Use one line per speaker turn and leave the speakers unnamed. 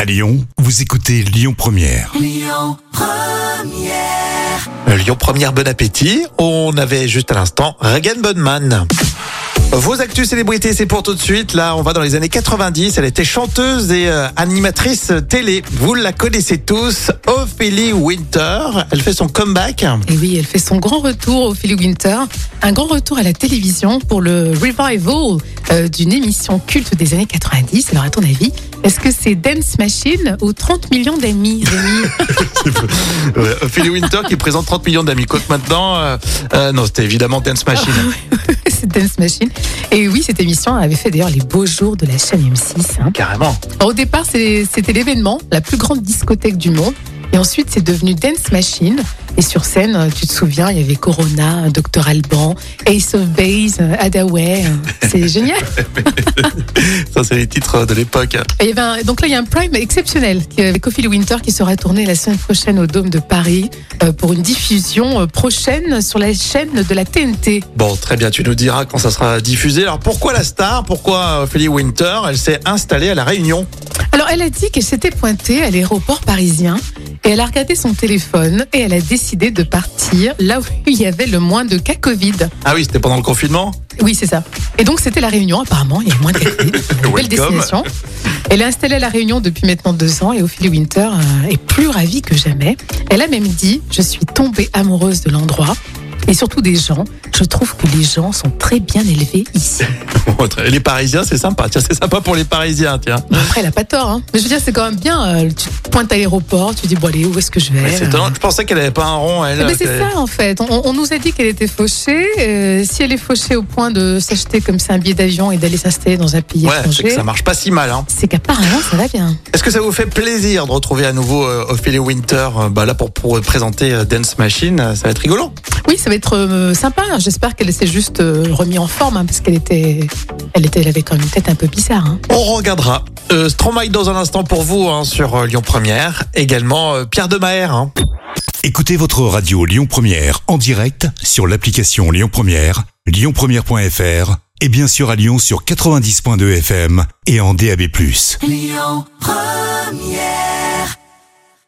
À Lyon, vous écoutez Lyon Première.
Lyon Première, bon appétit. On avait juste à l'instant Regan Bonman. Vos actus célébrités, c'est pour tout de suite. Là, on va dans les années 90. Elle était chanteuse et euh, animatrice télé. Vous la connaissez tous, Ophélie Winter. Elle fait son comeback.
Et oui, elle fait son grand retour au Philly Winter, un grand retour à la télévision pour le revival euh, d'une émission culte des années 90. Alors à ton avis, est-ce que c'est Dance Machine ou 30 millions d'amis Rémi
Ouais, Ophélie Winter qui présente 30 millions d'amis. Quoique maintenant, euh, euh, non, c'était évidemment Dance Machine.
C'est Dance Machine. Et oui, cette émission avait fait d'ailleurs les beaux jours de la chaîne M6. hein.
Carrément.
Alors, au départ, c'est- c'était l'événement, la plus grande discothèque du monde. Et ensuite, c'est devenu Dance Machine. Et sur scène, euh, tu te souviens, il y avait Corona, Dr Alban, Ace of Base, euh, Hadaway. euh, C'est génial.
Ça, c'est les titres de l'époque.
Et il y avait un- donc là, il y a un prime exceptionnel qui- avec Ophélie Winter qui sera tourné la semaine prochaine au Dôme de Paris euh, pour une diffusion euh, prochaine sur la chaîne de la TNT.
Bon, très bien, tu nous diras quand ça sera diffusé. Alors, pourquoi la star Pourquoi Ophélie Winter Elle s'est installée à La Réunion.
Alors, elle a dit qu'elle s'était pointée à l'aéroport parisien et elle a regardé son téléphone et elle a décidé de partir là où il y avait le moins de cas Covid.
Ah oui, c'était pendant le confinement
Oui, c'est ça. Et donc, c'était la Réunion, apparemment. Il y a moins de Covid. Une Belle
Welcome.
destination. Elle est installée à La Réunion depuis maintenant deux ans et Ophélie Winter euh, est plus ravie que jamais. Elle a même dit Je suis tombée amoureuse de l'endroit et surtout des gens. Je trouve que les gens sont très bien élevés ici.
Bon, très- Les Parisiens, c'est sympa. Tiens, c'est sympa pour les Parisiens, tiens.
Bon, Après, elle a pas tort. hein. Mais je veux dire, c'est quand même bien. euh, tu te pointes à l'aéroport, tu dis Bon, allez, où est-ce que je vais
Mais c'est étonnant. Je pensais qu'elle n'avait pas un rond, elle.
Eh ben, c'est
qu'elle-
ça en fait. On, on nous a dit qu'elle était fauchée. Euh, si elle est fauchée au point de s'acheter comme ça un billet d'avion et d'aller s'installer dans un pays
Ouais, c'est que
étranger,
ça marche pas si mal. Hein.
c'est qu'apparemment ça va bien.
Est-ce que ça vous fait plaisir de retrouver à nouveau euh, Ophélie Winter euh, bah, là pour, pour présenter euh, Dance Machine euh, Ça va être rigolo.
Oui, ça va être euh, sympa. J'espère qu'elle s'est juste euh, remis en forme hein, parce qu'elle était, elle était, elle avait quand même une tête un peu bizarre. hein.
On regardera. Euh, Stromae dans un instant pour vous hein, sur euh, Lyon Première. Également euh, Pierre Demaer. Hein.
Écoutez votre radio Lyon Première en direct sur l'application Lyon Première, lyonpremière.fr et bien sûr à Lyon sur 90.2 FM et en DAB+.